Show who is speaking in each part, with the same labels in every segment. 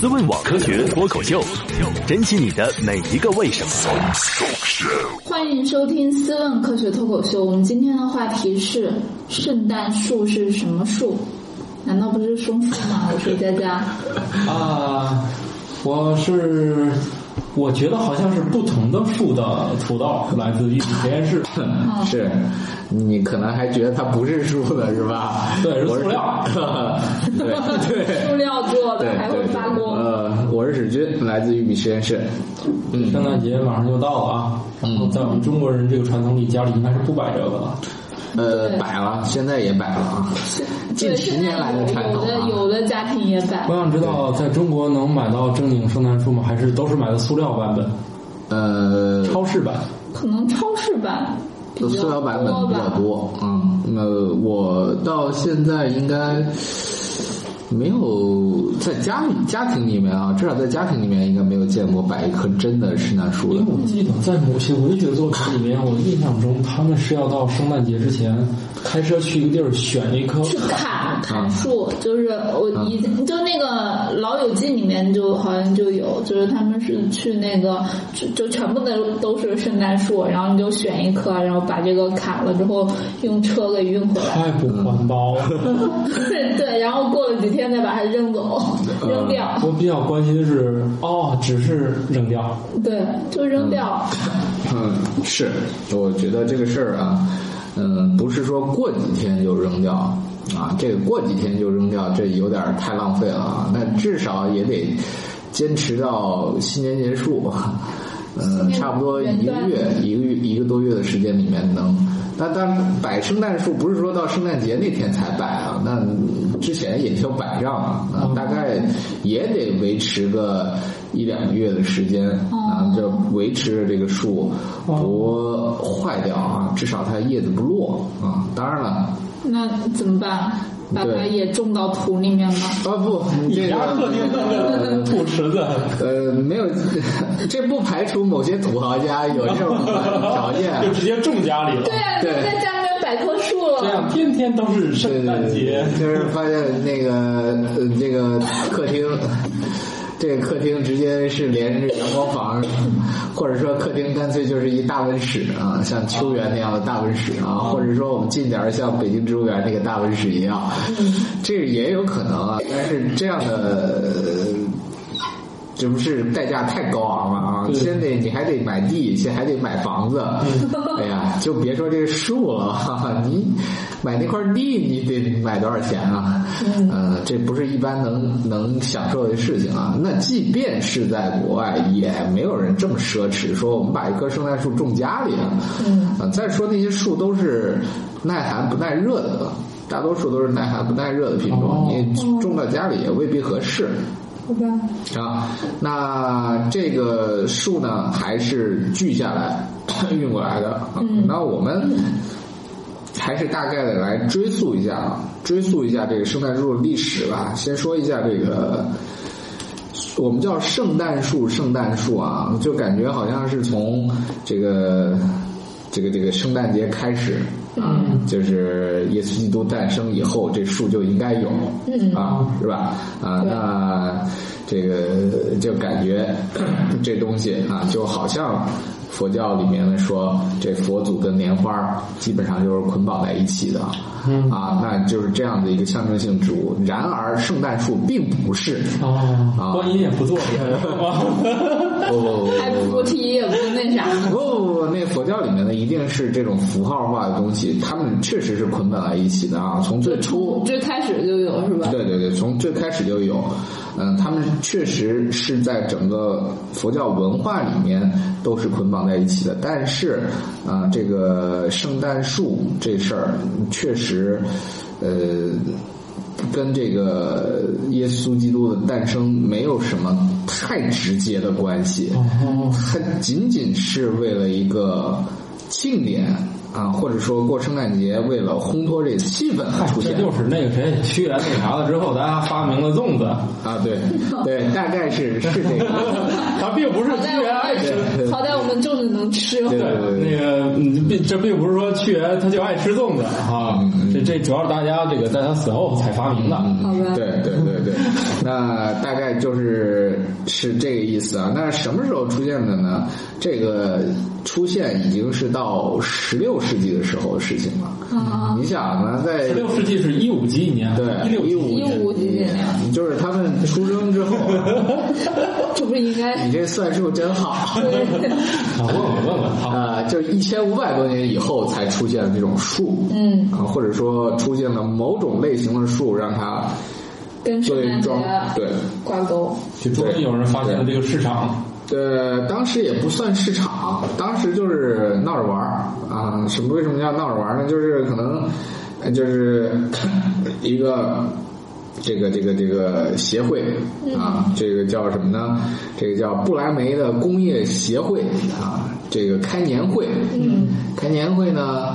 Speaker 1: 思问网科学脱口秀，珍惜你的每一个为什么。
Speaker 2: 欢迎收听《思问科学脱口秀》。我们今天的话题是：圣诞树是什么树？难道不是松树吗？我是佳 佳。
Speaker 3: 啊，我是我觉得好像是不同的树的土豆来自于实验室，
Speaker 2: 嗯
Speaker 4: 是，你可能还觉得它不是树的是吧？
Speaker 3: 对是
Speaker 4: 我
Speaker 3: 塑料
Speaker 4: 对对
Speaker 2: 塑料做的，
Speaker 4: 对
Speaker 2: 还会
Speaker 4: 对
Speaker 2: 发光。
Speaker 4: 呃，我是史军，来自于比实验室。嗯，
Speaker 3: 圣诞节马上就到了啊。然后在我们中国人这个传统里，家里应该是不摆这个的。
Speaker 4: 呃
Speaker 2: 对，
Speaker 4: 摆了，现在也摆了啊。
Speaker 2: 对，
Speaker 4: 近十年来的
Speaker 2: 现在
Speaker 4: 传
Speaker 2: 有
Speaker 4: 统
Speaker 2: 的
Speaker 4: 啊嗯
Speaker 2: 有的家庭也摆
Speaker 3: 我。想知道，在中国能买到正经圣诞树吗？还是都是买的塑料版本、
Speaker 4: 呃，
Speaker 3: 超市版？
Speaker 2: 可能超市版比较
Speaker 4: 塑料版本
Speaker 2: 多
Speaker 4: 比
Speaker 2: 吧
Speaker 4: 较多。嗯，呃，我到现在应该。没有在家里家庭里面啊，至少在家庭里面应该没有见过摆一棵真的圣诞树
Speaker 3: 因
Speaker 4: 的
Speaker 3: 为。我记得在某些文学作品里面，我印象中他们是要到圣诞节之前开车去一个地儿选一棵
Speaker 2: 去砍
Speaker 4: 啊
Speaker 2: 砍树，就是我以前就那个《老友记》里面就好像就有，就是他们是去那个就就全部的都是圣诞树，然后你就选一棵，然后把这个砍了之后用车给运回来，
Speaker 3: 太不环保了。
Speaker 2: 对，然后过了几天再把它扔走
Speaker 4: 啊
Speaker 2: 扔掉，
Speaker 3: 我比较关心的是，哦，只是扔掉。
Speaker 2: 对，就扔掉，
Speaker 4: 嗯，是，我觉得这个事儿啊，嗯，不是说过几天就扔掉啊，这个过几天就扔掉，这有点儿太浪费了啊。那至少也得坚持到新年结束，嗯，差不多一个月、一个月、一个多月的时间里面能。那当然，摆圣诞树不是说到圣诞节那天才摆啊，那之前也就摆上了，啊大概也得维持个一两个月的时间啊，这维持着这个树不坏掉啊，至少它叶子不落啊。当然了，
Speaker 2: 那怎么办？把它
Speaker 4: 对
Speaker 2: 也种到土里面吗？
Speaker 4: 啊不，这个
Speaker 3: 个土池子，
Speaker 4: 呃没有， 这不排除某些土豪家有这种 条件啊
Speaker 3: 就直接种家里了
Speaker 2: 对。啊，你
Speaker 4: 对啊
Speaker 2: 在家里面摆棵树了，
Speaker 3: 这样天天都是
Speaker 4: 对
Speaker 3: 圣诞节，
Speaker 4: 就是发现那个呃这个客厅，这个客厅直接是连着阳光房，或者说客厅干脆就是一大温室啊，像秋园那样的大温室啊，或者说我们近点儿像北京植物园那个大温室一样，这也有可能啊，但是这样的。呃这不是代价太高昂了啊！
Speaker 3: 对嗯
Speaker 4: 先得你还得买地，先还得买房子。哎呀，就别说这树了， 哈哈，你买那块地，你得买多少钱啊？
Speaker 3: 嗯
Speaker 4: 呃，这不是一般能能享受的事情啊。那即便是在国外，也没有人这么奢侈，说我们把一棵圣诞树种家里了。嗯、再说那些树都是耐寒不耐热的了。大多数都是耐寒不耐热的品种，
Speaker 3: 哦
Speaker 4: 你种到家里也未必合适。
Speaker 2: 好吧？
Speaker 4: 啊，那这个树呢，还是锯下来 运过来的。啊那我们还是大概的来追溯一下啊，追溯一下这个圣诞树的历史吧。先说一下这个，我们叫圣诞树，圣诞树啊，就感觉好像是从这个这个这个圣诞节开始。啊，就是耶稣基督诞生以后，这树就应该有，
Speaker 2: 嗯
Speaker 4: 啊，是吧？啊，那这个就感觉 这东西啊，就好像佛教里面的说，这佛祖跟莲花儿基本上就是捆绑在一起的，啊，那就是这样的一个象征性植物。然而，圣诞树并不是，
Speaker 3: 哦
Speaker 4: 啊，
Speaker 3: 观音也不做 哦了，
Speaker 4: 不不不
Speaker 2: 还菩提也不那啥。
Speaker 4: 不不不，哦那佛教里面的一定是这种符号化的东西，他们确实是捆绑在一起的啊。从最初
Speaker 2: 最开始就有是吧？
Speaker 4: 对对对，从最开始就有，嗯，他们确实是在整个佛教文化里面都是捆绑在一起的，但是啊、这个圣诞树这事儿确实，呃。跟这个耶稣基督的诞生没有什么太直接的关系，
Speaker 3: 哦，
Speaker 4: 它仅仅是为了一个庆典啊，或者说过圣诞节为了烘托这气氛而出
Speaker 3: 这
Speaker 4: 现。
Speaker 3: 就是那个谁，屈原那啥了之后，大家发明了 粽子，
Speaker 4: 啊，对对，大概是是这个，
Speaker 3: 它并不是
Speaker 2: 好
Speaker 3: 屈
Speaker 2: 在我
Speaker 3: 原爱吃。
Speaker 2: 们好在我们粽子能吃。
Speaker 4: 对
Speaker 3: 那个，嗯并这并不是说屈原他就爱吃粽子啊，
Speaker 4: 嗯
Speaker 3: 这这主要是大家这个在他死后才发明的。
Speaker 2: 好吧
Speaker 4: 对对对对，那大概就是是这个意思啊。那什么时候出现的呢？这个出现已经是到十六世纪的时候的事情了。
Speaker 2: 啊，
Speaker 4: 你想呢，在
Speaker 3: 十六世纪是一五几几年？啊
Speaker 4: 对
Speaker 3: 一六
Speaker 4: 一
Speaker 2: 一
Speaker 4: 五
Speaker 2: 五几几年，
Speaker 4: 就是他们出生之后啊、
Speaker 2: 这不是应该
Speaker 4: 你这算术真好。嗯
Speaker 3: 啊，问问问问，好，
Speaker 4: 啊，就一千五百多年以后才出现了这种树，
Speaker 2: 嗯
Speaker 4: 啊，或者说出现了某种类型的树，让它
Speaker 2: 跟
Speaker 4: 作
Speaker 2: 圣
Speaker 4: 为
Speaker 2: 诞节
Speaker 4: 装对
Speaker 2: 挂钩？
Speaker 3: 就终于有人发现了这个市场。
Speaker 4: 呃，当时也不算市场，当时就是闹着玩儿啊。什么为什么叫闹着玩儿呢？就是可能呃就是 一个这个这个这个协会啊，这个叫什么呢？这个叫布莱梅的工业协会啊，这个开年会。嗯，开年会呢。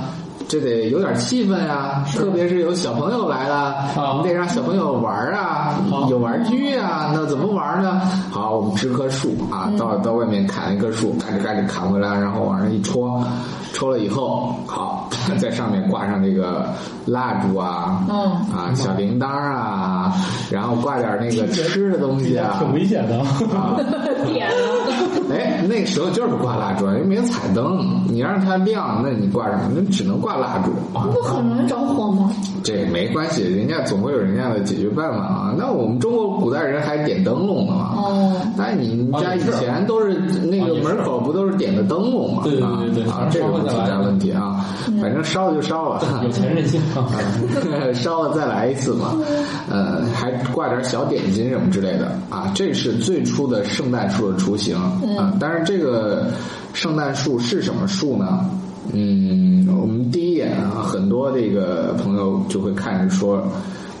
Speaker 4: 这得有点气氛啊，特别是有小朋友来了，
Speaker 3: 啊
Speaker 4: 我们得让小朋友玩儿啊，
Speaker 3: 好
Speaker 4: 有玩具啊，那怎么玩呢？好，我们支棵树啊，到到外面砍一棵树，嘎吱嘎吱砍回来，然后往上一戳，戳了以后，好，在上面挂上这个蜡烛啊，
Speaker 2: 嗯
Speaker 4: 啊小铃铛啊，然后挂点那个吃的东西啊，
Speaker 3: 挺危险的，
Speaker 2: 点了，
Speaker 4: 哎，那时候就是挂蜡烛，啊因为没有彩灯，你让它亮，那你挂什么？那只能挂蜡烛。
Speaker 3: 哦
Speaker 2: 不很容易着火吗？
Speaker 4: 这没关系，人家总会有人家的解决办法啊。那我们中国古代人还点灯笼呢嘛？
Speaker 2: 哦，
Speaker 4: 那你们
Speaker 3: 啊
Speaker 4: 家以前都是那个门口不都是点的灯笼吗？
Speaker 3: 啊也是对对对对
Speaker 4: 啊，这个不太大问题啊，反正烧了就烧了。
Speaker 3: 有钱啊任性。
Speaker 4: 烧了再来一次嘛，呃，还挂点小点心什么之类的啊，这是最初的圣诞树的雏形啊。但是这个圣诞树是什么树呢？嗯，我们第一眼啊，很多这个朋友就会看着说，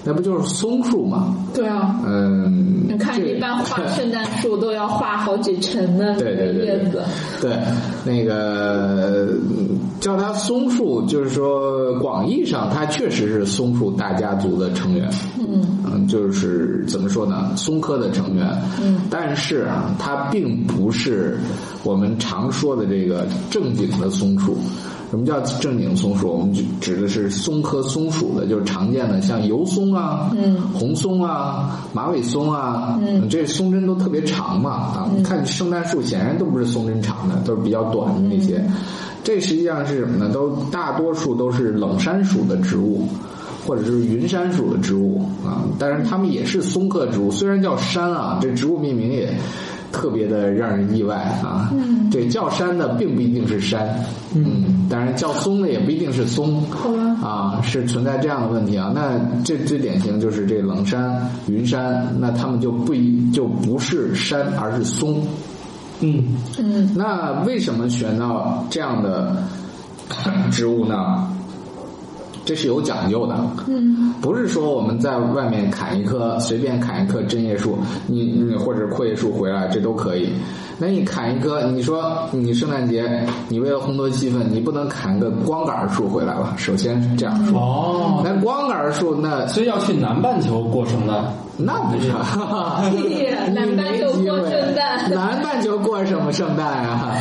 Speaker 4: 那不就是松树吗？
Speaker 2: 对啊。
Speaker 4: 嗯，
Speaker 2: 你看，
Speaker 4: 这
Speaker 2: 一般 画圣诞树都要画好几层的
Speaker 4: 对对对
Speaker 2: 叶
Speaker 4: 对
Speaker 2: 子，
Speaker 4: 对，那个嗯叫它松树，就是说广义上它确实是松树大家族的成员，
Speaker 2: 嗯
Speaker 4: 就是怎么说呢，松科的成员，
Speaker 2: 嗯，
Speaker 4: 但是啊，它并不是我们常说的这个正经的松树。什么叫正经松树？我们就指的是松科松属的，就是常见的，像油松啊、
Speaker 2: 嗯
Speaker 4: 红松啊、马尾松啊，
Speaker 2: 嗯
Speaker 4: 这松针都特别长嘛啊！你看圣诞树显然都不是松针长的，都是比较短的那些。这实际上是什么呢？都大多数都是冷杉属的植物，或者是云杉属的植物啊。但是它们也是松科植物，虽然叫杉啊，这植物命名也特别的让人意外啊。嗯，这叫杉的并不一定是杉，嗯，当然叫松的也不一定是松。
Speaker 2: 好吧，
Speaker 4: 啊，是存在这样的问题啊。那这最典型就是这冷杉、云杉，那它们就不一就不是杉，而是松。
Speaker 3: 嗯，
Speaker 2: 嗯
Speaker 4: 那为什么选到这样的植物呢？这是有讲究的。
Speaker 2: 嗯，
Speaker 4: 不是说我们在外面砍一棵，随便砍一棵针叶树，你你或者阔叶树回来，这都可以。那你砍一棵，你说你圣诞节，你为了烘托气氛，你不能砍个光杆儿树回来吧？首先是这样说。
Speaker 3: 哦，
Speaker 4: 那光杆儿树那
Speaker 3: 所以要去南半球过圣诞，
Speaker 4: 那不是，
Speaker 2: 嘿 南半球过圣诞
Speaker 4: 你没机会南半球过什么圣诞 啊？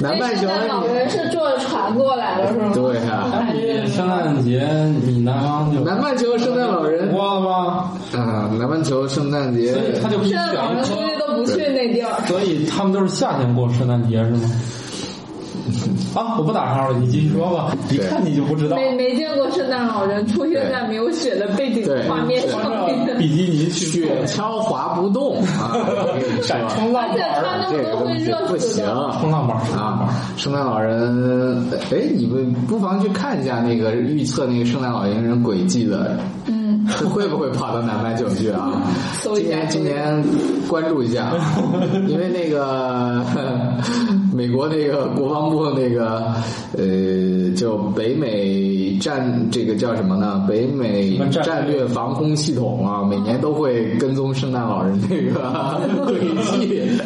Speaker 4: 南半球
Speaker 2: 那圣诞老人是坐船过来的，是吗？
Speaker 4: 对啊，
Speaker 3: 但是圣诞节你南方就
Speaker 4: 南半球圣诞老人
Speaker 3: 过了吗？
Speaker 4: 啊，南半球圣诞节
Speaker 3: 所以他就不
Speaker 2: 圣
Speaker 3: 选
Speaker 2: 诞老人估计都不去那地儿。
Speaker 3: 所以他们都是夏天过圣诞节是吗？啊，我不打岔了，你继续说吧。一看你就不知道，
Speaker 2: 没没见过圣诞老人出现在没有雪的背景
Speaker 4: 对
Speaker 2: 画面上
Speaker 3: 穿着
Speaker 2: 面，
Speaker 3: 比基尼去过
Speaker 4: 雪橇滑不动啊，我跟你说
Speaker 3: 敢冲浪
Speaker 2: 而且
Speaker 3: 板
Speaker 2: 他
Speaker 3: 儿，
Speaker 2: 们
Speaker 3: 啊
Speaker 4: 这
Speaker 2: 都会
Speaker 4: 个东西
Speaker 2: 热
Speaker 4: 不
Speaker 2: 死
Speaker 4: 行
Speaker 2: 的。
Speaker 3: 冲浪板儿，冲浪板
Speaker 4: 啊
Speaker 3: 儿。！
Speaker 4: 圣诞老人，哎，你们不妨去看一下那个预测那个圣诞老年人轨迹的，
Speaker 2: 嗯，
Speaker 4: 会不会跑到南半球去啊？
Speaker 2: 搜
Speaker 4: 今
Speaker 2: 一下
Speaker 4: 年今年关注一 下，因为那个 呵美国那个国防部那个呃，就北美战这个叫什么呢？北美战略防空系统啊，每年都会跟踪圣诞老人这个轨迹。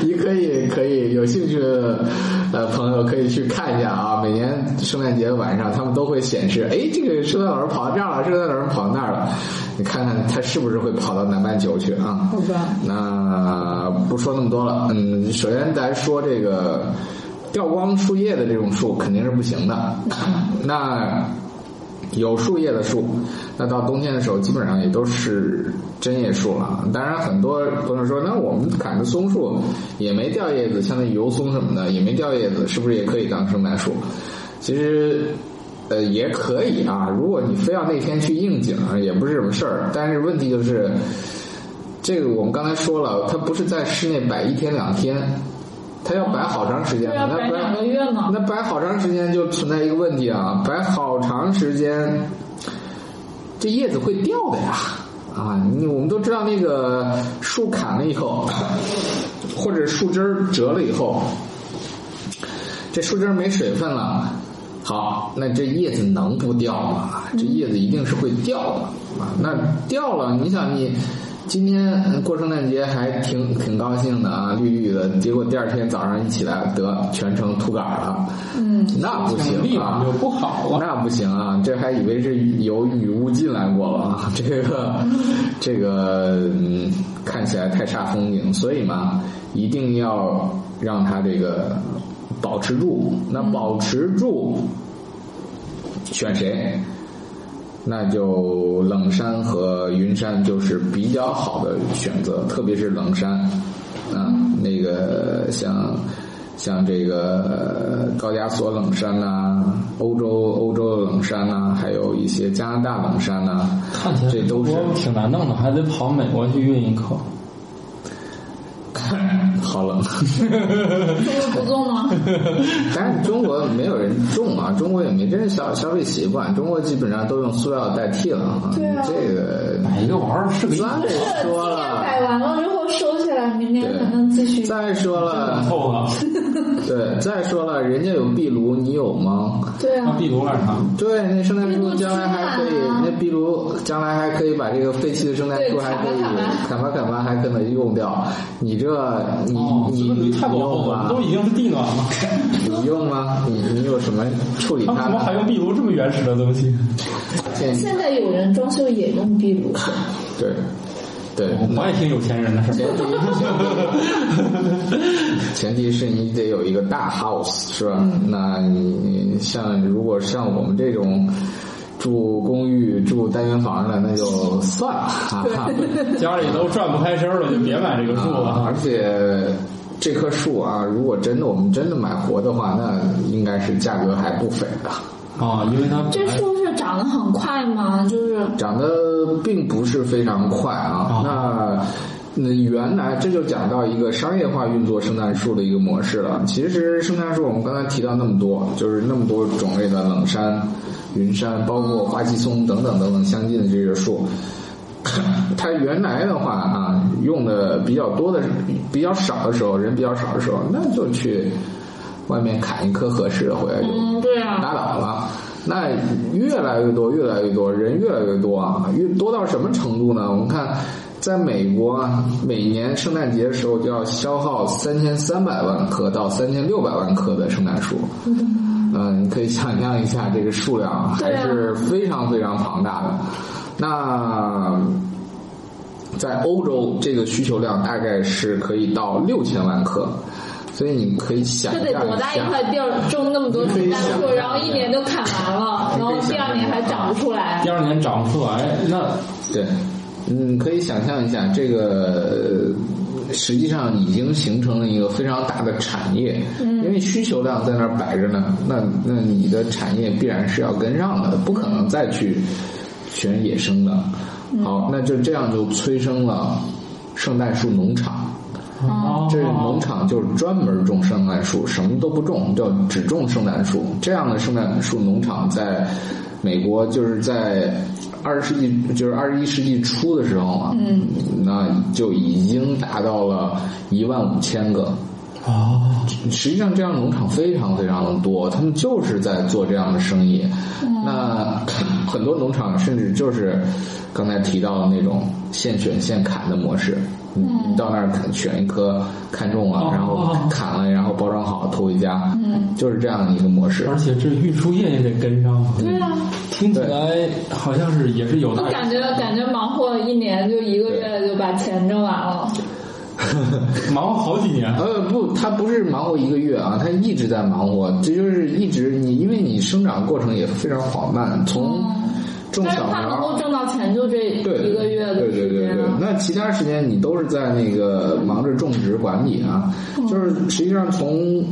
Speaker 4: 你可以可以有兴趣的呃朋友可以去看一下啊。每年圣诞节的晚上，他们都会显示，哎，这个圣诞老人跑到这儿了，圣诞老人跑到那儿了。你看看他是不是会跑到南半球去啊？
Speaker 2: 好吧。
Speaker 4: 那不说那么多了，嗯，首先咱说这个吊光树叶的这种树肯定是不行的。那有树叶的树，那到冬天的时候基本上也都是针叶树了。当然，很多朋友说，那我们砍的松树也没掉叶子，像那油松什么的也没掉叶子，是不是也可以当圣诞树？其实。呃，也可以啊。如果你非要那天去应景，也不是什么事儿。但是问题就是，这个我们刚才说了，它不是在室内摆一天两天，它要摆好长时间
Speaker 2: 对
Speaker 4: 的。
Speaker 2: 啊，
Speaker 4: 那
Speaker 2: 摆两个月呢。
Speaker 4: 那摆好长时间就存在一个问题啊，摆好长时间，这叶子会掉的呀。啊，你我们都知道那个树砍了以后，或者树枝儿折了以后，这树枝儿没水分了，好，那这叶子能不掉吗？啊这叶子一定是会掉的啊。那掉了，你想你今天过圣诞节还挺挺高兴的啊，绿绿的，结果第二天早上一起来，得全成秃杆儿了，
Speaker 2: 嗯，
Speaker 4: 那不
Speaker 3: 想力
Speaker 4: 行啊
Speaker 3: 量就。不好了。
Speaker 4: 那不行啊！这还以为是有女巫进来过了啊！这个，这个，嗯，看起来太煞风景，所以嘛，一定要让它这个保持住。那保持住，选谁？那就冷杉和云杉就是比较好的选择，特别是冷杉，啊，
Speaker 3: 嗯
Speaker 4: 那个像像这个呃高加索冷杉呐、欧洲欧洲的冷杉呐、还有一些加拿大冷杉呐、
Speaker 3: 看起来
Speaker 4: 这都是
Speaker 3: 挺难弄的，还得跑美国去运一颗。
Speaker 4: 好冷。
Speaker 2: 中国不种吗？
Speaker 4: 但是中国没有人种啊，中国也没真是消消费习惯，中国基本上都用塑料代替了啊。
Speaker 2: 对啊
Speaker 4: 这个
Speaker 3: 买一个玩儿是个意思
Speaker 4: 咱得说
Speaker 2: 今年
Speaker 4: 了。
Speaker 2: 摆完了之后收起来，明年才能继续。
Speaker 4: 再说了，
Speaker 3: 凑 合。
Speaker 4: 对，再说了，人家有壁炉，你有吗？
Speaker 2: 对
Speaker 3: 那
Speaker 2: 啊，
Speaker 3: 壁炉干啥？
Speaker 4: 对，那圣诞
Speaker 2: 壁炉
Speaker 4: 树将来还可以
Speaker 2: 取暖，啊
Speaker 4: 那壁炉将来还可以把这个废弃的圣诞树
Speaker 2: 对
Speaker 4: 还可以
Speaker 2: 砍吧
Speaker 4: 砍伐砍伐，还可能用掉。你这你
Speaker 3: 哦，
Speaker 4: 你
Speaker 3: 这个
Speaker 4: 你
Speaker 3: 太落
Speaker 4: 用
Speaker 3: 后了，
Speaker 4: 吗
Speaker 3: 哦都？已经是地暖 了，
Speaker 4: 你用吗？你你有什么处理
Speaker 3: 他们
Speaker 4: 它
Speaker 3: 怎么还
Speaker 4: 的
Speaker 3: 用壁炉这么原始的东西？
Speaker 4: 建议？
Speaker 2: 现在有人装修也用壁炉，
Speaker 4: 对对，
Speaker 3: 我也挺有钱人的事
Speaker 4: 前
Speaker 3: 儿。
Speaker 4: 提前提是你得有一个大 house 是吧？那你像如果像我们这种住公寓、住单元房的，那就算了，啊哈哈。
Speaker 3: 家里都转不开身儿了，就别买这个树
Speaker 4: 啊
Speaker 3: 了。
Speaker 4: 而且这棵树啊，如果真的我们真的买活的话，那应该是价格还不菲的。
Speaker 3: 啊，因为它本
Speaker 2: 这
Speaker 3: 来
Speaker 2: 树是长得很快吗？就是
Speaker 4: 长得并不是非常快啊
Speaker 3: 啊。
Speaker 4: 那那原来这就讲到一个商业化运作圣诞树的一个模式了。其实圣诞树我们刚才提到那么多，就是那么多种类的冷杉、云杉，包括花旗松等等等等相近的这些树。它原来的话啊，用的比较多的、比较少的时候，人比较少的时候，那就去外面砍一棵合适的回来就
Speaker 2: 嗯，对啊，
Speaker 4: 打倒了。那越来越多，越来越多，人越来越多啊，越多到什么程度呢？我们看，在美国啊，每年圣诞节的时候就要消耗三千三百万棵到三千六百万棵的圣诞树。嗯，你可以想象一下这个数量啊
Speaker 2: 对
Speaker 4: 还
Speaker 2: 啊
Speaker 4: 是非常非常庞大的。那在欧洲，这个需求量大概是可以到六千万棵，所以你可以想
Speaker 2: 这
Speaker 4: 象
Speaker 2: 得
Speaker 4: 一下，
Speaker 2: 多大一块地儿种那么多圣诞树，然后一年就砍完了，然后第二年还长不出来
Speaker 3: 第。二年长不出来，那
Speaker 4: 对，嗯，可以想象一下，这个呃实际上已经形成了一个非常大的产业，因为需求量在那儿摆着呢，那那你的产业必然是要跟上的，不可能再去选野生的。好，那就这样就催生了圣诞树农场。
Speaker 3: 哦
Speaker 4: 这农场就是专门种圣诞树，什么都不种，就只种圣诞树。这样的圣诞树农场在美国就是在二十世纪，就是二十一世纪初的时候啊，嗯，那就已经达到了一万五千个。
Speaker 3: 哦，
Speaker 4: 实际上，这样农场非常非常的多，他们就是在做这样的生意。
Speaker 2: 嗯
Speaker 4: 那很多农场甚至就是刚才提到的那种现选现砍的模式，你
Speaker 2: 嗯
Speaker 4: 你到那儿砍选一棵看中了，
Speaker 3: 哦
Speaker 4: 然后
Speaker 3: 哦
Speaker 4: 砍了，然后包装好投回家，
Speaker 2: 嗯
Speaker 4: 就是这样的一个模式
Speaker 3: 而。且这运输业也得跟上啊。
Speaker 2: 对啊，
Speaker 3: 听起来好像是也是有
Speaker 2: 我
Speaker 3: 的。
Speaker 2: 感觉感觉忙活一年就一个月就把钱挣完了。
Speaker 3: 忙活好几年，
Speaker 4: 呃，不，他不是忙活一个月啊，他一直在忙活，这就是一直你因为你生长过程也非常缓慢，从
Speaker 2: 嗯
Speaker 4: 种
Speaker 2: 但是
Speaker 4: 小苗
Speaker 2: 他
Speaker 4: 儿
Speaker 2: 能够挣到钱就这
Speaker 4: 对，
Speaker 2: 一个月的
Speaker 4: 对对
Speaker 2: 时
Speaker 4: 对
Speaker 2: 间
Speaker 4: 对。
Speaker 2: 了。
Speaker 4: 那其他时间你都是在那个忙着种植管理啊，
Speaker 2: 嗯
Speaker 4: 就是实际上从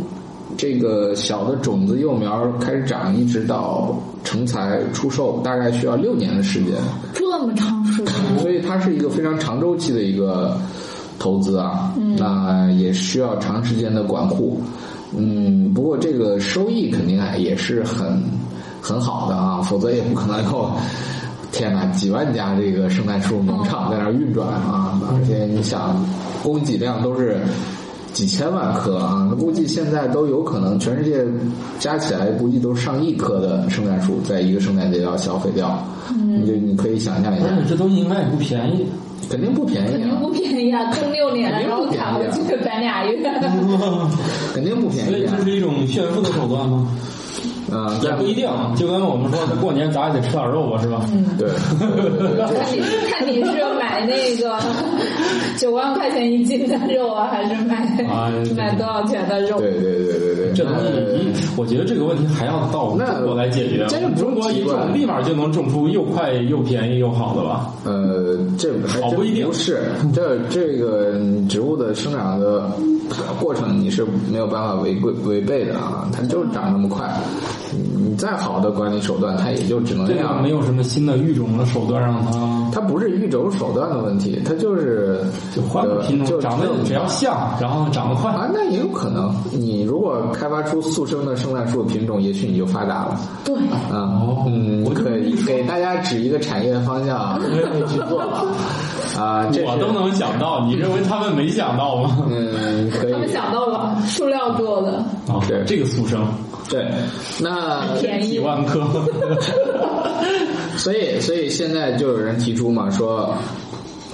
Speaker 4: 这个小的种子幼苗开始长，一直到成材出售，大概需要六年的时间，
Speaker 2: 这么长时间，
Speaker 4: 所以它是一个非常长周期的一个投资啊。那也需要长时间的管护。嗯，不过这个收益肯定啊还也是很很好的啊，否则也不可能有。天哪，几万家这个圣诞树农场在那儿运转啊！而且你想，供给量都是几千万棵啊，那估计现在都有可能，全世界加起来估计都上亿棵的圣诞树，在一个圣诞节要消费掉。嗯，你就你可以想象一下，
Speaker 3: 而且这东西应该也不便 宜。
Speaker 4: 肯定不便
Speaker 2: 肯
Speaker 4: 宜
Speaker 2: 定
Speaker 4: 啊，
Speaker 2: 不便宜啊！种六年
Speaker 4: 肯定
Speaker 2: 然
Speaker 4: 不
Speaker 2: 后
Speaker 4: 便宜啊
Speaker 2: 卡回去摆俩月，
Speaker 4: 肯定不
Speaker 3: 所
Speaker 4: 便
Speaker 3: 以
Speaker 4: 宜啊
Speaker 3: 这。是一种炫富的手段吗？
Speaker 4: 啊，
Speaker 3: 也
Speaker 4: 但
Speaker 3: 不一定，就跟我们说过年咱也得吃点肉啊吧，是吧？
Speaker 4: 对，对
Speaker 2: 看你是看你是买那 个九万块钱一斤的肉啊，还是买
Speaker 3: 啊
Speaker 2: 买多少钱的肉？
Speaker 4: 哎对对对对对，
Speaker 3: 这东西，我觉得这个问题还要到我们中国来解决。啊
Speaker 4: 那这个不用
Speaker 3: 中国一
Speaker 4: 奇怪
Speaker 3: 种，立马就能种出又快又便宜又好的吧？
Speaker 4: 呃，这还
Speaker 3: 哦
Speaker 4: 真
Speaker 3: 不一定
Speaker 4: 不是这这个植物的生长的过程，你是没有办法违规违背的啊，它就是长那么快。你你再好的管理手段，它也就只能
Speaker 3: 这
Speaker 4: 那
Speaker 3: 个
Speaker 4: 样
Speaker 3: 没。有什么新的育种的手段让它
Speaker 4: 它不是育种手段的问题，它啊就是
Speaker 3: 就换个
Speaker 4: 呃
Speaker 3: 品种，
Speaker 4: 就
Speaker 3: 长得
Speaker 4: 就
Speaker 3: 只要像，然后长得快。
Speaker 4: 啊，那也有可能。你如果开发出速生的圣诞树品种，也许你就发达了。
Speaker 2: 对，
Speaker 4: 啊
Speaker 3: 哦，
Speaker 4: 嗯，
Speaker 3: 我就
Speaker 4: 可
Speaker 3: 是
Speaker 4: 以
Speaker 3: 一说
Speaker 4: 给大家指一个产业方向啊去做了啊，这
Speaker 3: 我
Speaker 4: 是
Speaker 3: 都能想到，你认为他们没想到吗？
Speaker 4: 嗯可以
Speaker 2: 他们想到了塑料做的，
Speaker 3: 啊
Speaker 4: 对，
Speaker 3: 这个速生
Speaker 4: 对，那
Speaker 2: 便宜
Speaker 3: 几万 颗，
Speaker 4: 所以所以现在就有人提出嘛，说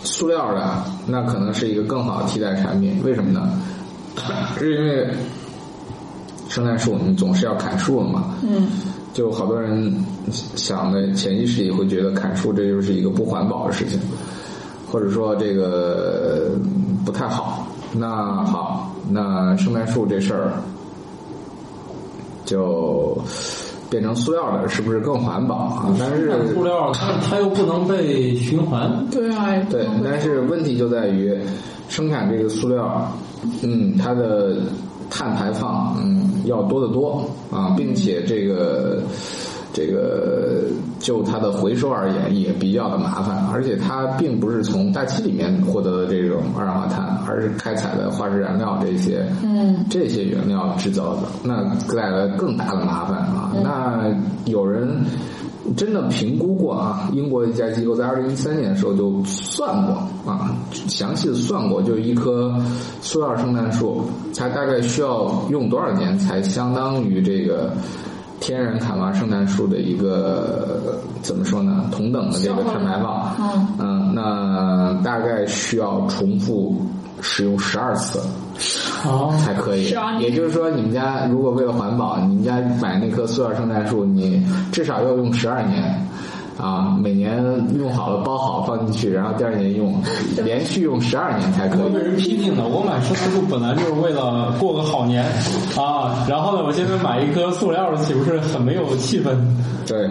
Speaker 4: 塑料的那可能是一个更好的替代产品，为什么呢？是因为圣诞树你总是要砍树的嘛，
Speaker 2: 嗯，
Speaker 4: 就好多人想的潜意识里会觉得砍树这就是一个不环保的事情，或者说这个嗯不太好。那好，那圣诞树这事儿就变成塑料的，是不是更环保啊？但是
Speaker 3: 但塑料它它又不能被循环。
Speaker 2: 对啊，
Speaker 4: 对，但是问题就在于生产这个塑料，嗯，它的碳排放嗯要多得多啊，并且这个这个就它的回收而言也比较的麻烦，而且它并不是从大气里面获得的这种二氧化碳，而是开采的化石燃料这些
Speaker 2: 嗯，
Speaker 4: 这些原料制造的，那带来更大的麻烦啊。那有人真的评估过啊，英国一家机构在二零一三年的时候就算过啊，详细的算过，就一棵塑料圣诞树，它大概需要用多少年才相当于这个。天然砍伐圣诞树的一个怎么说呢？同等的这个碳排放，
Speaker 2: 嗯
Speaker 4: 嗯，那大概需要重复使用十二次，
Speaker 3: 哦，
Speaker 4: 才可以
Speaker 2: 是啊。你
Speaker 4: 也就是说，你们家如果为了环保，你们家买那棵塑料圣诞树，你至少要用十二年。啊，每年用好了包好放进去，然后第二年用，连续用十二年才可
Speaker 3: 会被
Speaker 4: 以。
Speaker 3: 人批评的。我买圣诞树本来就是为了过个好年啊，然后呢，我现在买一棵塑料的，岂不是很没有气氛？
Speaker 4: 对，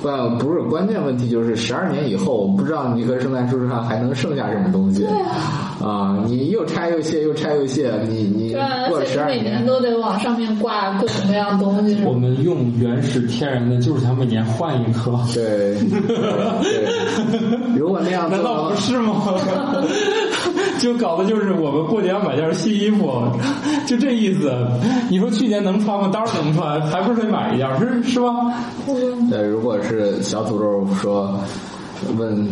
Speaker 4: 不不是关键问题，就是十二年以后，我不知道你一棵圣诞树上还能剩下什么东西。啊，你又拆又卸，又拆又卸，你你
Speaker 2: 对啊，
Speaker 4: 过
Speaker 2: 而
Speaker 4: 了
Speaker 2: 且
Speaker 4: 十
Speaker 2: 你
Speaker 4: 二
Speaker 2: 每
Speaker 4: 年
Speaker 2: 年，都得往上面挂各种各样东西，是吧
Speaker 3: 我们用原始天然的，就是想每年换一棵。
Speaker 4: 对， 对，如果那样做
Speaker 3: 难
Speaker 4: 的
Speaker 3: 道
Speaker 4: 话
Speaker 3: 不，是吗？ 就搞的就是我们过年要买件新衣服，就这意思。你说去年能穿吗？当然能穿，还不是得买一件，是是吧？
Speaker 2: 嗯
Speaker 4: 呃，如果是小土豆说问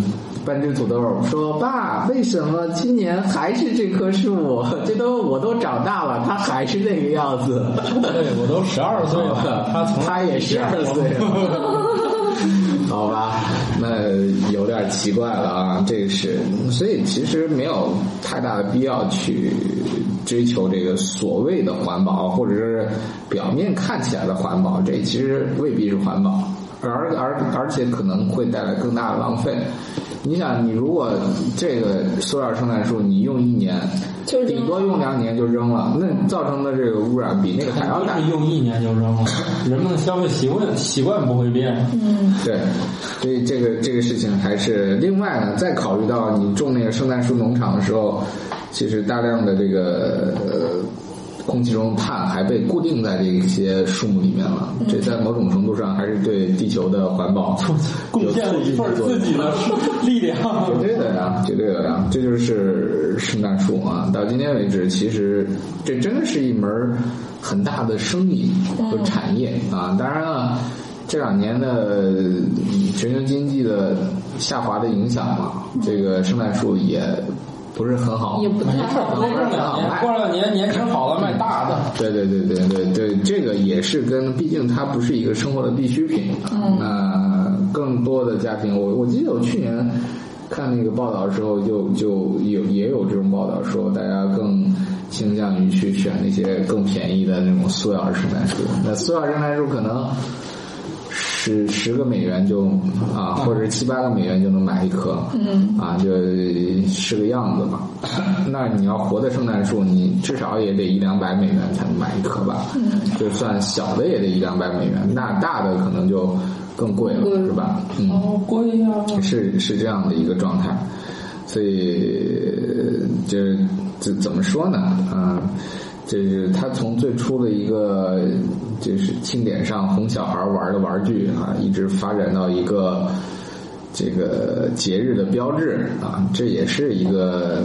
Speaker 4: 半只土豆说：“爸，为什么今年还是这棵树？这都我都长大了，它还是那个样子。
Speaker 3: 对我都十二岁了，他从
Speaker 4: 他也十二岁了，好吧，那有点奇怪了啊，这个是，所以其实没有太大的必要去追求这个所谓的环保，或者是表面看起来的环保，这其实未必是环保，而而而且可能会带来更大的浪费。你想，你如果这个塑料生产树，你用一年，
Speaker 2: 就
Speaker 4: 顶
Speaker 2: 扔
Speaker 4: 多用两年就扔了，那造成的这个污染比那个还要
Speaker 3: 不
Speaker 4: 大。
Speaker 3: 是用一年就扔了，人们的消费习惯习惯不会变。
Speaker 2: 嗯，
Speaker 4: 对，所以这个这个事情还是另外呢，再考虑到你种那个圣诞树农场的时候，其实大量的这个呃空气中碳还被固定在这些树木里面了，这在某种程度上还是对地球的环保
Speaker 3: 贡献了一份自己的力 量。
Speaker 4: 啊绝对的呀，绝对的呀，这就是圣诞树啊！到今天为止，其实这真的是一门儿很大的生意和产业啊。当然了，这两年的嗯全球经济的下滑的影响嘛，这个圣诞树也不是很好
Speaker 2: 也。不太好
Speaker 3: 过
Speaker 2: 卖。
Speaker 3: 两年，过两年年轻好了卖大的，
Speaker 4: 对对对对对对，这个也是跟，毕竟它不是一个生活的必需品。啊
Speaker 2: 嗯
Speaker 4: 那更多的家庭，我我记得我去年看那个报道的时候就，就有也有这种报道说，大家更倾向于去选那些更便宜的那种塑料圣诞树。那塑料圣诞树可能。十十个美元就啊，或者七八个美元就能买一棵，
Speaker 2: 嗯，
Speaker 4: 啊，就是个样子嘛。 那你要活的圣诞树，你至少也得一两百美元才能买一棵吧？
Speaker 2: 嗯，
Speaker 4: 就算小的也得一两百美元，那大的可能就更贵了，
Speaker 2: 贵
Speaker 4: 是吧？嗯，
Speaker 3: 好
Speaker 2: 哦
Speaker 3: 贵呀、
Speaker 4: 是是这样的一个状态，所以呃这这怎么说呢？啊、这是他从最初的一个就是庆典上哄小孩玩的玩具啊，一直发展到一个这个节日的标志啊，这也是一个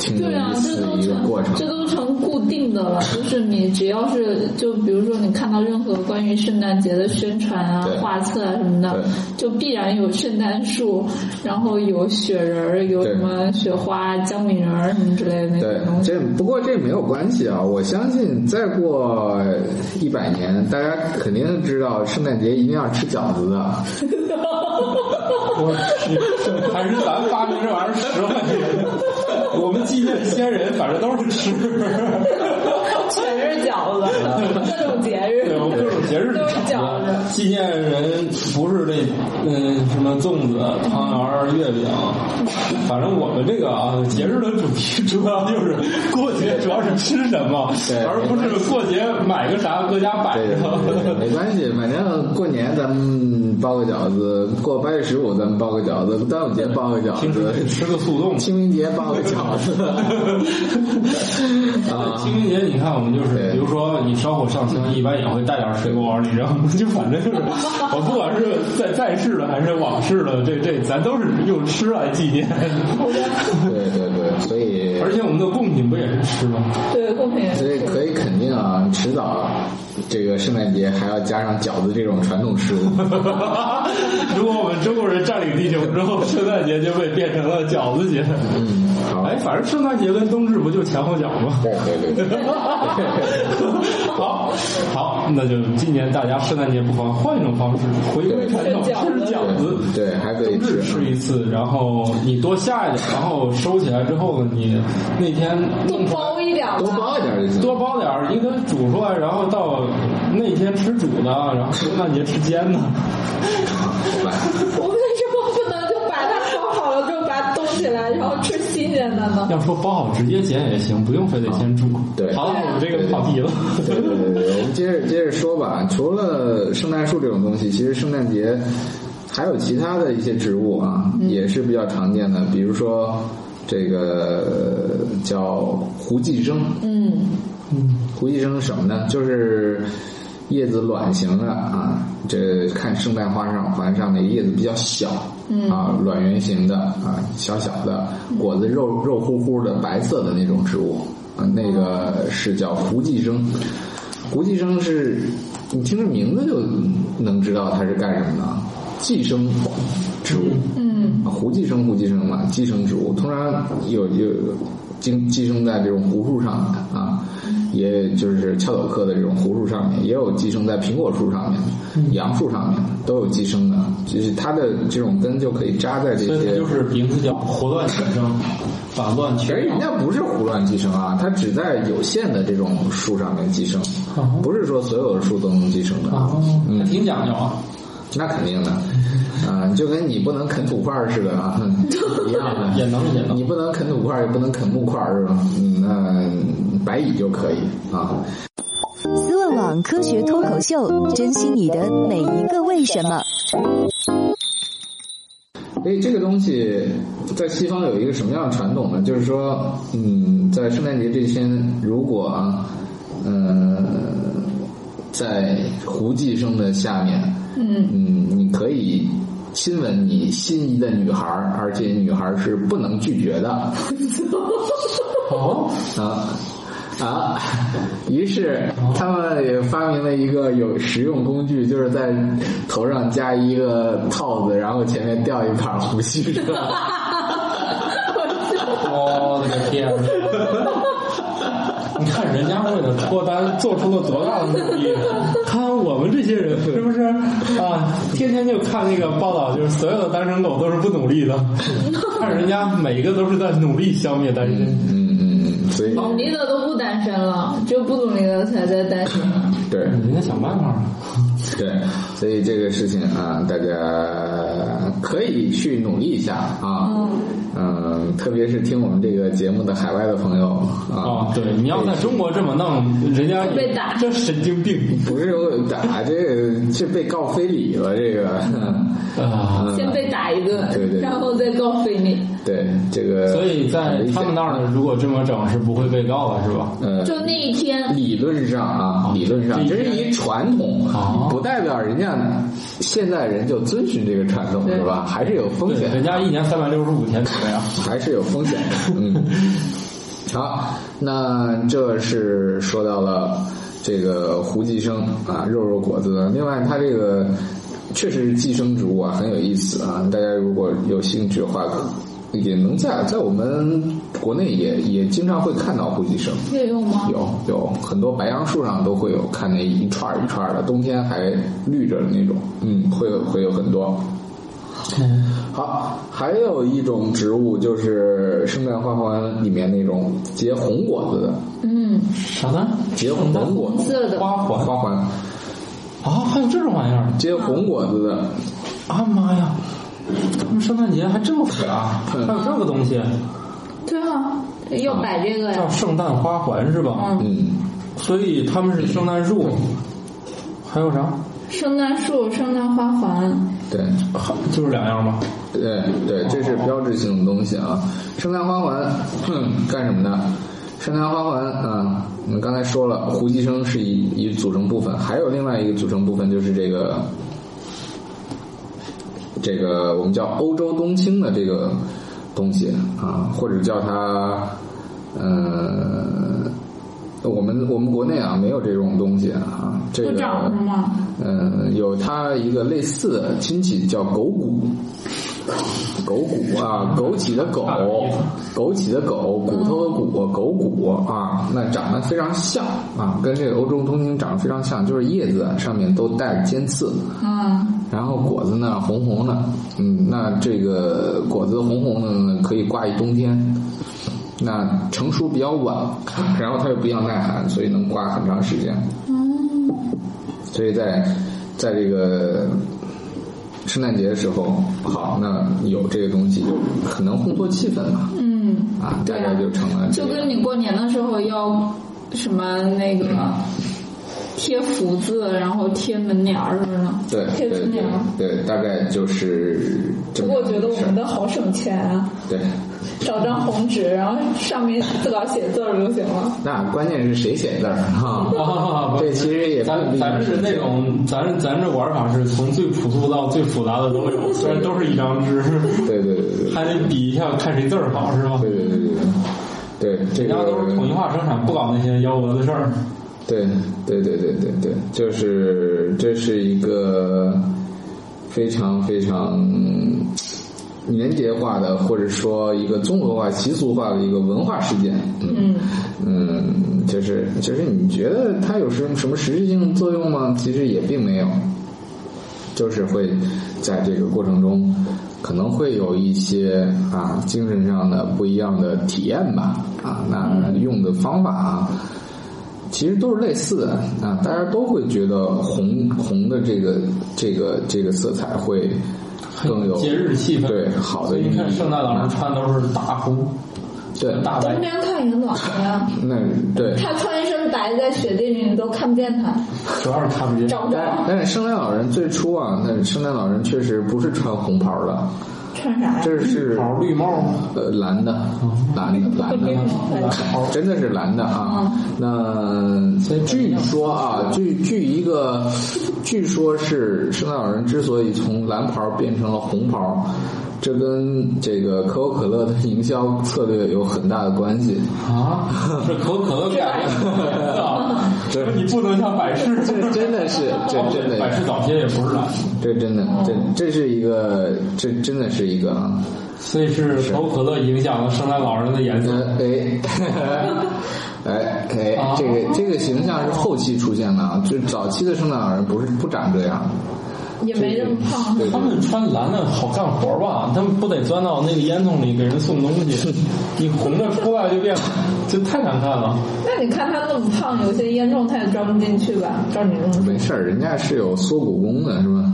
Speaker 4: 挺有
Speaker 2: 对啊
Speaker 4: 意，思
Speaker 2: 这
Speaker 4: 的
Speaker 2: 都
Speaker 4: 一个过程
Speaker 2: 成。这都成固定的了，就是你只要是就比如说你看到任何关于圣诞节的宣传啊
Speaker 4: 对、
Speaker 2: 画册啊什么的
Speaker 4: 对，
Speaker 2: 就必然有圣诞树，然后有雪人儿，有
Speaker 4: 对
Speaker 2: 什么雪花、姜饼人儿什么之类的那
Speaker 4: 对
Speaker 2: 种东，西。
Speaker 4: 这不过这没有关系啊！我相信再过一百年，大家肯定知道圣诞节一定要吃饺子的。啊
Speaker 3: 我去， 还是咱发明这玩意儿实惠。我们纪念先人，反正都是吃。
Speaker 2: 全是饺子， 各种节日
Speaker 3: 对，我们各种节日
Speaker 2: 都是
Speaker 3: 吃
Speaker 2: 饺子。
Speaker 3: 纪念人不是这嗯什么粽子、汤圆儿、啊月饼，反正我们这个啊节日的主题主要就是过节，主要是吃什么，
Speaker 4: 对
Speaker 3: 而不是过节买个啥搁家摆
Speaker 4: 对对对对
Speaker 3: 着。
Speaker 4: 没关系，反正过年咱们包个饺子，过八月十五咱们包个饺子，端午节包个饺
Speaker 3: 平时
Speaker 4: 子，
Speaker 3: 得吃个速冻。
Speaker 4: 清明节包个饺子。 啊，
Speaker 3: 清明节，你看我们就是，
Speaker 4: 对嗯
Speaker 3: 比如说你烧火上香，一般也会带点水果往里扔，就反 正就是，我不管是在在世的还是往世的，这这咱都是用吃来纪念，
Speaker 4: 对对对，所以
Speaker 3: 而且我们的贡品不也是吃吗？
Speaker 2: 对，贡品也
Speaker 4: 所以
Speaker 2: 是。
Speaker 4: 可以肯定啊，迟早这个圣诞节还要加上饺子这种传统食物。
Speaker 3: 如果我们中国人占领地球之后，圣诞节就被变成了饺子节。
Speaker 4: 嗯，好，
Speaker 3: 哎，反正圣诞节跟冬至不就前后脚吗？
Speaker 4: 对对对对。
Speaker 3: 好，好，那就今年大家圣诞节不妨换一种方式，回归传统，
Speaker 2: 吃饺子
Speaker 3: 吃饺子。
Speaker 4: 对，还可以
Speaker 3: 冬至
Speaker 4: 吃。
Speaker 3: 吃一次，然后你多下一点，然后收起来之后呢，你那天弄出来
Speaker 2: 包一点吧，
Speaker 4: 多包一点就行。
Speaker 3: 多包点儿，因为它煮出来，然后到那天吃煮的，然后圣诞节吃煎的。
Speaker 4: 好吧。
Speaker 2: 我们为什么不能就把它包好了之后把它冻起来，然后吃新鲜的呢？
Speaker 3: 要说包好直接煎也行，不用非得先煮。
Speaker 4: 啊对
Speaker 3: 好了，我们这个跑题了。
Speaker 4: 对对对，对，我们接着接着说吧。除了圣诞树这种东西，其实圣诞节还有其他的一些植物啊，也是比较常见的，比如说这个呃叫胡寄生。
Speaker 2: 嗯，
Speaker 4: 胡寄生是什么呢？就是叶子卵形的啊，这看圣诞花上环上面叶子比较小，
Speaker 2: 嗯
Speaker 4: 啊，卵圆形的啊，小小的，果子肉肉乎乎的白色的那种植物，啊，那个是叫胡寄生。胡寄生是你听这啊名字就能知道它是干什么的，寄生植物。
Speaker 2: 嗯，
Speaker 4: 糊寄生、糊寄生嘛，寄生植物通常有有寄寄生在这种胡树上面啊，也就是翘斗科的这种胡树上面，也有寄生在苹果树上面、杨树上面都有寄生的，就是它的这种根就可以扎在这
Speaker 3: 所以它
Speaker 4: 些
Speaker 3: 就是名字叫胡乱寄生，反乱
Speaker 4: 其
Speaker 3: 缺
Speaker 4: 实人
Speaker 3: 氧。
Speaker 4: 家不是胡乱寄生啊，它只在有限的这种树上面寄生，不是说所有的树都能寄生的。
Speaker 3: 哦，
Speaker 4: 嗯
Speaker 3: 还挺讲究啊。
Speaker 4: 那肯定的，啊、就跟你不能啃土块儿似的啊，一样的，
Speaker 3: 也能也能
Speaker 4: 你不能啃土块儿，也不能啃木块儿是吧？嗯，那白蚁就可以啊。
Speaker 5: 思问网科学脱口秀，珍惜你的每一个为什么。
Speaker 4: 所以这个东西在西方有一个什么样的传统呢？就是说，嗯，在圣诞节这天，如果啊，呃，在胡寄生的下面，
Speaker 2: 嗯，
Speaker 4: 嗯，你可以亲吻你心仪的女孩儿，而且女孩儿是不能拒绝的
Speaker 3: 哦，
Speaker 4: 啊。啊！ 于是他们也发明了一个有实用工具，就是在头上加一个套子，然后前面吊一把胡须。是吧
Speaker 3: 我的个天！你看人家为了脱单做出了多大的努力，看我们这些人是不是啊？天天就看那个报道，就是所有的单身狗都是不努力的，看人家每一个都是在努力消灭单身。
Speaker 4: 嗯嗯嗯，所以
Speaker 2: 努力的都不单身了，只有不努力的才在单身。
Speaker 4: 对
Speaker 3: 人家想办法啊，
Speaker 4: 对，所以这个事情啊，大家可以去努力一下啊。嗯，特别是听我们这个节目的海外的朋友啊
Speaker 3: 哦，，对，你要在中国这么弄，人家也
Speaker 2: 被打
Speaker 3: 这神经病
Speaker 4: 不是我打这个，这被告非礼了，这个。
Speaker 3: 啊！
Speaker 4: 嗯
Speaker 2: 先被打一顿，
Speaker 4: 对对对
Speaker 2: 然后再告飞你。
Speaker 4: 对这个，
Speaker 3: 所以在
Speaker 4: 很危
Speaker 3: 他们
Speaker 4: 险
Speaker 3: 那儿，如果这么整是不会被告的，是吧？
Speaker 4: 呃，
Speaker 2: 就那一天，
Speaker 4: 理论上啊，理论上
Speaker 3: 哦这
Speaker 4: 这是一传统
Speaker 3: 哦，
Speaker 4: 不代表人家现在人就遵循这个传统
Speaker 2: 对
Speaker 4: 是吧？还是有风
Speaker 3: 对，
Speaker 4: 险，
Speaker 3: 人家一年三百六十五天怎么样？
Speaker 4: 还是有风险的。 嗯，好，那这是说到了这个胡寄生啊，肉肉果子。另外，它这个确实是寄生植物啊，很有意思啊。大家如果有兴趣的话，也能在在我们国内也也经常会看到胡寄生。
Speaker 2: 也有吗？
Speaker 4: 有有很多白杨树上都会有看那一串儿一串儿的，冬天还绿着的那种，嗯，会有会有很多。好，还有一种植物就是圣诞花环里面那种结红果子的，
Speaker 2: 嗯，
Speaker 3: 啥呢？
Speaker 4: 结红果
Speaker 2: 红色的
Speaker 3: 花环
Speaker 4: 花环，
Speaker 3: 啊，还有这种玩意儿！
Speaker 4: 结红果子的，
Speaker 3: 啊妈呀，他们圣诞节还这么火啊？还
Speaker 4: 嗯
Speaker 3: 有这个东西
Speaker 2: 对啊，要摆这个
Speaker 3: 叫
Speaker 4: 啊
Speaker 2: 呀。
Speaker 3: 圣诞花环是吧？
Speaker 2: 嗯，
Speaker 4: 嗯，
Speaker 3: 所以他们是圣诞树，还有啥？
Speaker 2: 圣诞树、圣诞花环，
Speaker 4: 对，
Speaker 3: 还就是两样吧。
Speaker 4: 对对，这是标志性的东西啊。圣诞花环 哼，干什么呢？圣诞花环啊，我们刚才说了，胡寄生是一一组成部分，还有另外一个组成部分就是这个这个我们叫欧洲冬青的这个东西啊，或者叫它呃，我们我们国内啊没有这种东西啊，这
Speaker 2: 不
Speaker 4: 个
Speaker 2: 长是吗？
Speaker 4: 嗯，有它一个类似的亲戚叫枸杞，枸杞啊，枸杞的枸，枸杞的枸，骨头的骨，枸杞啊，那长得非常像啊，跟这个欧洲冬青长得非常像，就是叶子啊上面都带着尖刺，
Speaker 2: 嗯，
Speaker 4: 然后果子呢红红的，嗯，那这个果子红红的呢可以挂一冬天，那成熟比较晚， 然后它又比较耐寒，所以能挂很长时间。所以在在这个圣诞节的时候，好，那有这个东西就很能烘托气氛嘛，
Speaker 2: 嗯，
Speaker 4: 啊，大
Speaker 2: 对啊
Speaker 4: 家就成了这
Speaker 2: 就
Speaker 4: 个
Speaker 2: 跟你过年的时候要什么那个贴福字，然后贴门帘儿似的，
Speaker 4: 对
Speaker 2: 贴
Speaker 4: 对
Speaker 2: 春
Speaker 4: 对
Speaker 2: 联儿。
Speaker 4: 对，大概就是这
Speaker 2: 不
Speaker 4: 么
Speaker 2: 过
Speaker 4: 样
Speaker 2: 我
Speaker 4: 一
Speaker 2: 觉
Speaker 4: 个
Speaker 2: 得我
Speaker 4: 事儿
Speaker 2: 们的好省钱啊，
Speaker 4: 对。
Speaker 2: 找张红纸，然后上面自个儿写字儿就行了。
Speaker 4: 那关键是谁写字儿哈？
Speaker 3: 啊，
Speaker 4: 这其实也不
Speaker 3: 咱咱是那种，咱咱这玩法是从最朴素到最复杂的都有，虽然都是一张纸，
Speaker 4: 对对对对对
Speaker 3: 还得比一下看谁字儿好是吧？
Speaker 4: 对对对对对，这
Speaker 3: 人
Speaker 4: 个
Speaker 3: 家都是统一化生产，不搞那些幺蛾子事儿。
Speaker 4: 对对对对对对，就是这是一个非常非常年节化的，或者说一个综合化、习俗化的一个文化事件。嗯嗯，就是就是你觉得它有什么什么实质性作用吗？其实也并没有，就是会在这个过程中。可能会有一些啊精神上的不一样的体验吧，啊，
Speaker 3: 嗯
Speaker 4: 那用的方法啊，其实都是类似的啊，大家都会觉得红红的这个这个这个色彩会更有
Speaker 3: 节日气氛，
Speaker 4: 对好的寓
Speaker 3: 哦你
Speaker 4: 意。
Speaker 3: 看圣诞老人穿都是大红、
Speaker 4: 对，
Speaker 3: 大
Speaker 2: 都
Speaker 3: 白
Speaker 2: 这，样看也暖和呀。
Speaker 4: 那对，
Speaker 2: 他穿一身白在雪地里，你都看不见他，
Speaker 3: 主要是看不见。
Speaker 2: 找不着
Speaker 4: 但是圣诞老人最初啊，那圣诞老人确实不是穿红袍的，
Speaker 2: 穿啥呀？
Speaker 4: 这是
Speaker 3: 袍绿帽，
Speaker 4: 呃蓝的，蓝的蓝的。真的是蓝的啊。那据说啊，据据一个，据说是圣诞老人之所以从蓝袍变成了红袍，这跟这个可口可乐的营销策略有很大的关系。
Speaker 3: 啊，这可口可乐改 的，说啊你不能像百事，
Speaker 4: 这 真的是，这真的
Speaker 3: 百事早些也不是蓝，
Speaker 4: 这真的，这这是一个，这真的是一个啊。
Speaker 3: 所以是可口可乐影响了圣诞老人的颜色。
Speaker 4: 呃，哎，哎哎
Speaker 3: 啊，
Speaker 4: 这个这个形象是后期出现的啊，就是早期的圣诞老人不是不长这样，
Speaker 2: 也没这么胖。
Speaker 4: 对
Speaker 3: 他
Speaker 4: 对。
Speaker 3: 们穿蓝的好干活吧？他们不得钻到那个烟囱里给人送东西？ 你红的出来就变，就太难看了。
Speaker 2: 那你看他那么胖，有些烟囱他也装不进去吧？照你这么说，
Speaker 4: 没事儿，人家是有缩骨功的，是吧？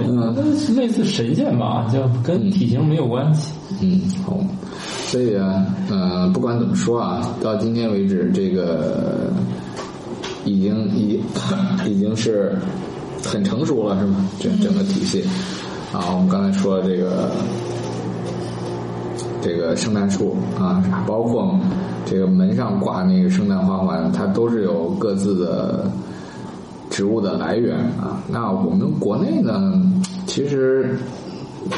Speaker 4: 嗯
Speaker 3: 类似神仙吧，就跟体型没有关系。
Speaker 4: 嗯，好。所以啊，呃，不管怎么说啊，到今天为止，这个已经已 已经是很成熟了，是吗？整整个体系啊，我们刚才说了这个这个圣诞树啊，包括这个门上挂那个圣诞花环，它都是有各自的植物的来源啊。那我们国内呢，其实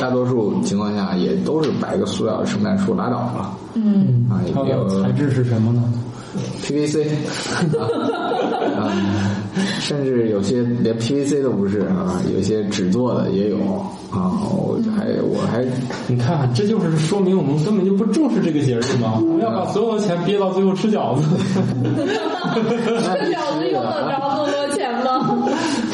Speaker 4: 大多数情况下也都是摆个塑料圣诞树拉倒了。
Speaker 2: 嗯，
Speaker 4: 啊，
Speaker 3: 它
Speaker 4: 也有
Speaker 3: 的材质是什么呢？
Speaker 4: PVC 啊，啊甚至有些连 PVC 都不是啊，有些纸做的也有啊。我还我还
Speaker 3: 你看，这就是说明我们根本就不重视这个节日嘛！ 我们要把所有的钱憋到最后吃饺子。
Speaker 2: 这饺子用得着那么多钱 吗？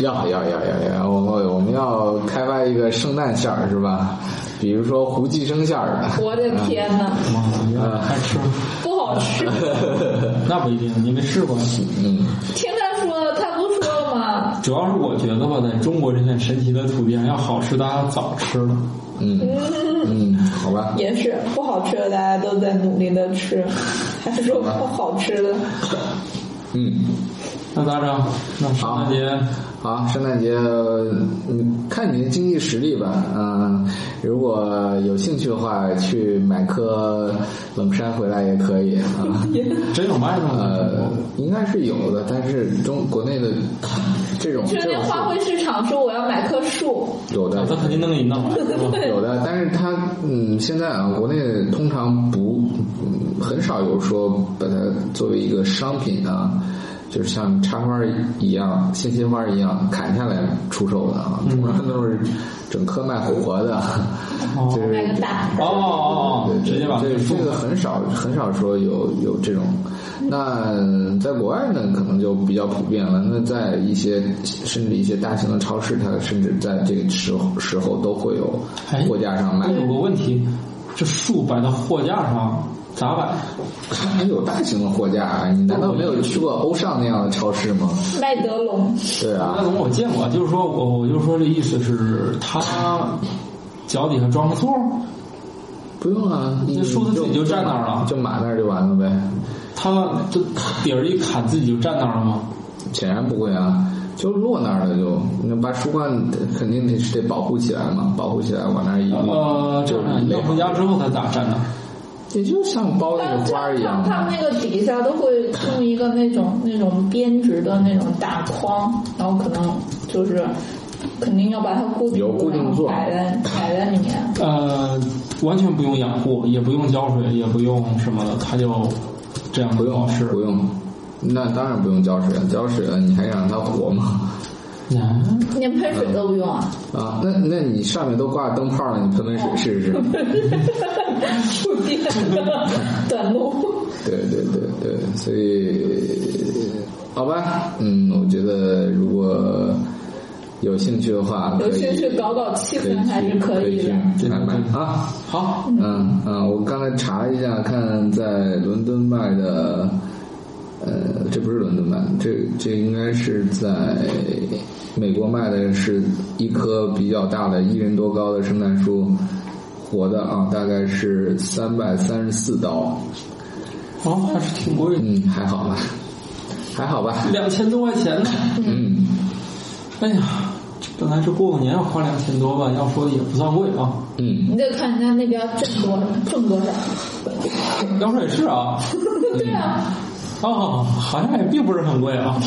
Speaker 4: 要要要要要，我们我们要开发一个圣诞馅儿是吧？比如说胡寄生馅儿的，
Speaker 2: 我的天哪，
Speaker 3: 妈，还吃？
Speaker 2: 不好吃。
Speaker 3: 那不一定，你没试过。
Speaker 4: 嗯，
Speaker 2: 听他说，他不说了吗？
Speaker 3: 主要是我觉得吧，在中国这片神奇的土地上，要好吃大家早吃了。
Speaker 4: 嗯，好吧，
Speaker 2: 也是不好吃的，大家都在努力的吃，还是说不好吃的？
Speaker 4: 嗯，
Speaker 3: 那咋整？那圣诞节
Speaker 4: 好，圣诞节，嗯，看你的经济实力吧，嗯、如果有兴趣的话，去买颗冷杉回来也可以啊。
Speaker 3: 真有卖的
Speaker 4: 呃
Speaker 3: 吗？，
Speaker 4: 应该是有的，但是中国内的这种
Speaker 2: 去
Speaker 4: 这
Speaker 2: 那
Speaker 4: 种
Speaker 2: 花卉市场说我要买棵树，
Speaker 4: 树有的
Speaker 3: 他肯定能给你弄来，是吧？
Speaker 4: 有的，但是它嗯，现在啊，国内通常不、嗯很少有说把它作为一个商品啊，就是像插花儿一样、鲜切花儿一样砍下来出售的
Speaker 3: 嗯
Speaker 4: 啊，通常都是整棵卖活的，就是
Speaker 2: 买个大
Speaker 3: 哦 哦哦，直接把
Speaker 4: 这
Speaker 3: 这个
Speaker 4: 这个很少很少说有有这种。那在国外呢，可能就比较普遍了。那在一些甚至一些大型的超市，它甚至在这个时候时候都会有
Speaker 3: 哎
Speaker 4: 货架上卖
Speaker 3: 那。有个问题，这树摆到货架上咋摆？
Speaker 4: 还有大型的货架啊，你难道没有去过欧尚那样的超市吗？
Speaker 2: 麦德龙，
Speaker 4: 对啊
Speaker 3: 那，种我见过，就是说我我就说这意思是，他脚底下装个座儿，
Speaker 4: 不用啊，你
Speaker 3: 那树它自己就站那儿了
Speaker 4: 就码那儿就完了呗。
Speaker 3: 他这底儿一砍自己就站那儿了吗？
Speaker 4: 显然不会啊，就落那儿了就，那把树冠肯定得是得保护起来嘛，保护起来往那儿一
Speaker 3: 呃，这
Speaker 4: 就
Speaker 3: 样弄回家之后他咋站那儿？
Speaker 4: 也就像包那
Speaker 2: 他
Speaker 4: 个花
Speaker 2: 他
Speaker 4: 儿一样
Speaker 2: 他他
Speaker 4: 嘛。
Speaker 2: 们那个底下都会弄一个那种那种编织的那种大框，然后可能就是肯定要把它固定住，
Speaker 4: 有固定座
Speaker 2: 然后摆在摆在里面。
Speaker 3: 呃，完全不用养护，也不用浇水，也不用什么的，它就这样不
Speaker 4: 不用
Speaker 3: 是
Speaker 4: 啊不用，那当然不用浇水了，浇水了你还让它活吗？
Speaker 2: 连喷
Speaker 4: 嗯
Speaker 2: 水都不用啊。
Speaker 4: 啊，那那你上面都挂灯泡了，你喷喷水试试？
Speaker 2: 触电的短路。
Speaker 4: 对对对对，所以好吧，嗯，我觉得如果有兴趣的话，可
Speaker 2: 有
Speaker 4: 以
Speaker 2: 兴趣搞搞气
Speaker 4: 可以
Speaker 2: 氛还是
Speaker 4: 去可
Speaker 2: 以
Speaker 4: 以
Speaker 2: 的。
Speaker 4: 去买买啊。
Speaker 3: 好，
Speaker 4: 嗯嗯，我刚才查了一下，看在伦敦卖的，呃，这不是伦敦卖的，这这应该是在美国卖的，是一棵比较大的一人多高的圣诞树，活的啊，大概是三百三十四刀，
Speaker 3: 好，还是挺贵的，
Speaker 4: 嗯，还好吧，还好吧，
Speaker 3: 两千多块钱呢。
Speaker 4: 嗯，
Speaker 3: 哎呀，本来这过个年要花两千多吧，要说的也不算贵啊。
Speaker 4: 嗯，
Speaker 2: 你得看人家那边挣多少，挣多少。
Speaker 3: 要说也是啊，
Speaker 2: 对啊，
Speaker 3: 哦，好像也并不是很贵啊。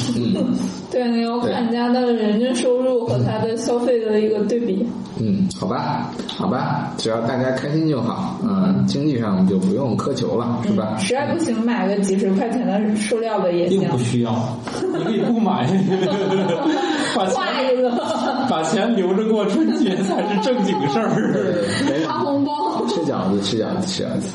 Speaker 2: 对，你要看人家的人均收入和他的消费的一个对比。
Speaker 4: 嗯，好吧，好吧，只要大家开心就好，嗯，经济上我们就不用苛求了，是吧？
Speaker 2: 实嗯在不行买个几十块钱的塑料的也
Speaker 3: 并
Speaker 2: 行
Speaker 3: 不，需要，你可以 不买，把
Speaker 2: 画
Speaker 3: 钱
Speaker 2: 一个，
Speaker 3: 把钱留着过春节才是正经事儿。
Speaker 4: 没
Speaker 2: 发红包。
Speaker 4: 吃饺子，吃饺子，吃饺子。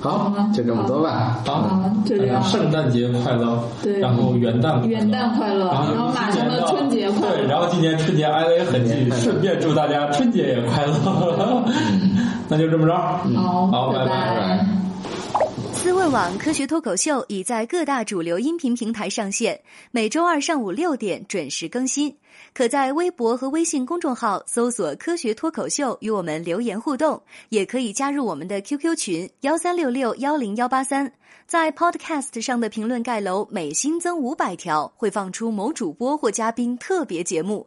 Speaker 4: 好，就这么多吧。
Speaker 3: 啊，
Speaker 2: 就这样
Speaker 3: 圣诞节快乐，
Speaker 2: 对
Speaker 3: 然后元旦快乐
Speaker 2: 元旦快乐，然后马上的春节快
Speaker 3: 对，
Speaker 2: 乐。
Speaker 3: 然后今年春节挨得也很近，顺便祝大家春节也快乐。 那就这么着，
Speaker 2: 嗯
Speaker 3: 嗯
Speaker 2: 好
Speaker 3: 好，
Speaker 2: 拜
Speaker 3: 拜
Speaker 4: 嗯拜拜。
Speaker 5: 思问网科学脱口秀已在各大主流音频平台上线，每周二上午六点准时更新。可在微博和微信公众号搜索“科学脱口秀”与我们留言互动，也可以加入我们的 QQ 群幺三六六幺零幺八三。在 Podcast 上的评论盖楼每新增五百条，会放出某主播或嘉宾特别节目。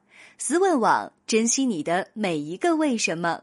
Speaker 5: 思问网，珍惜你的每一个为什么。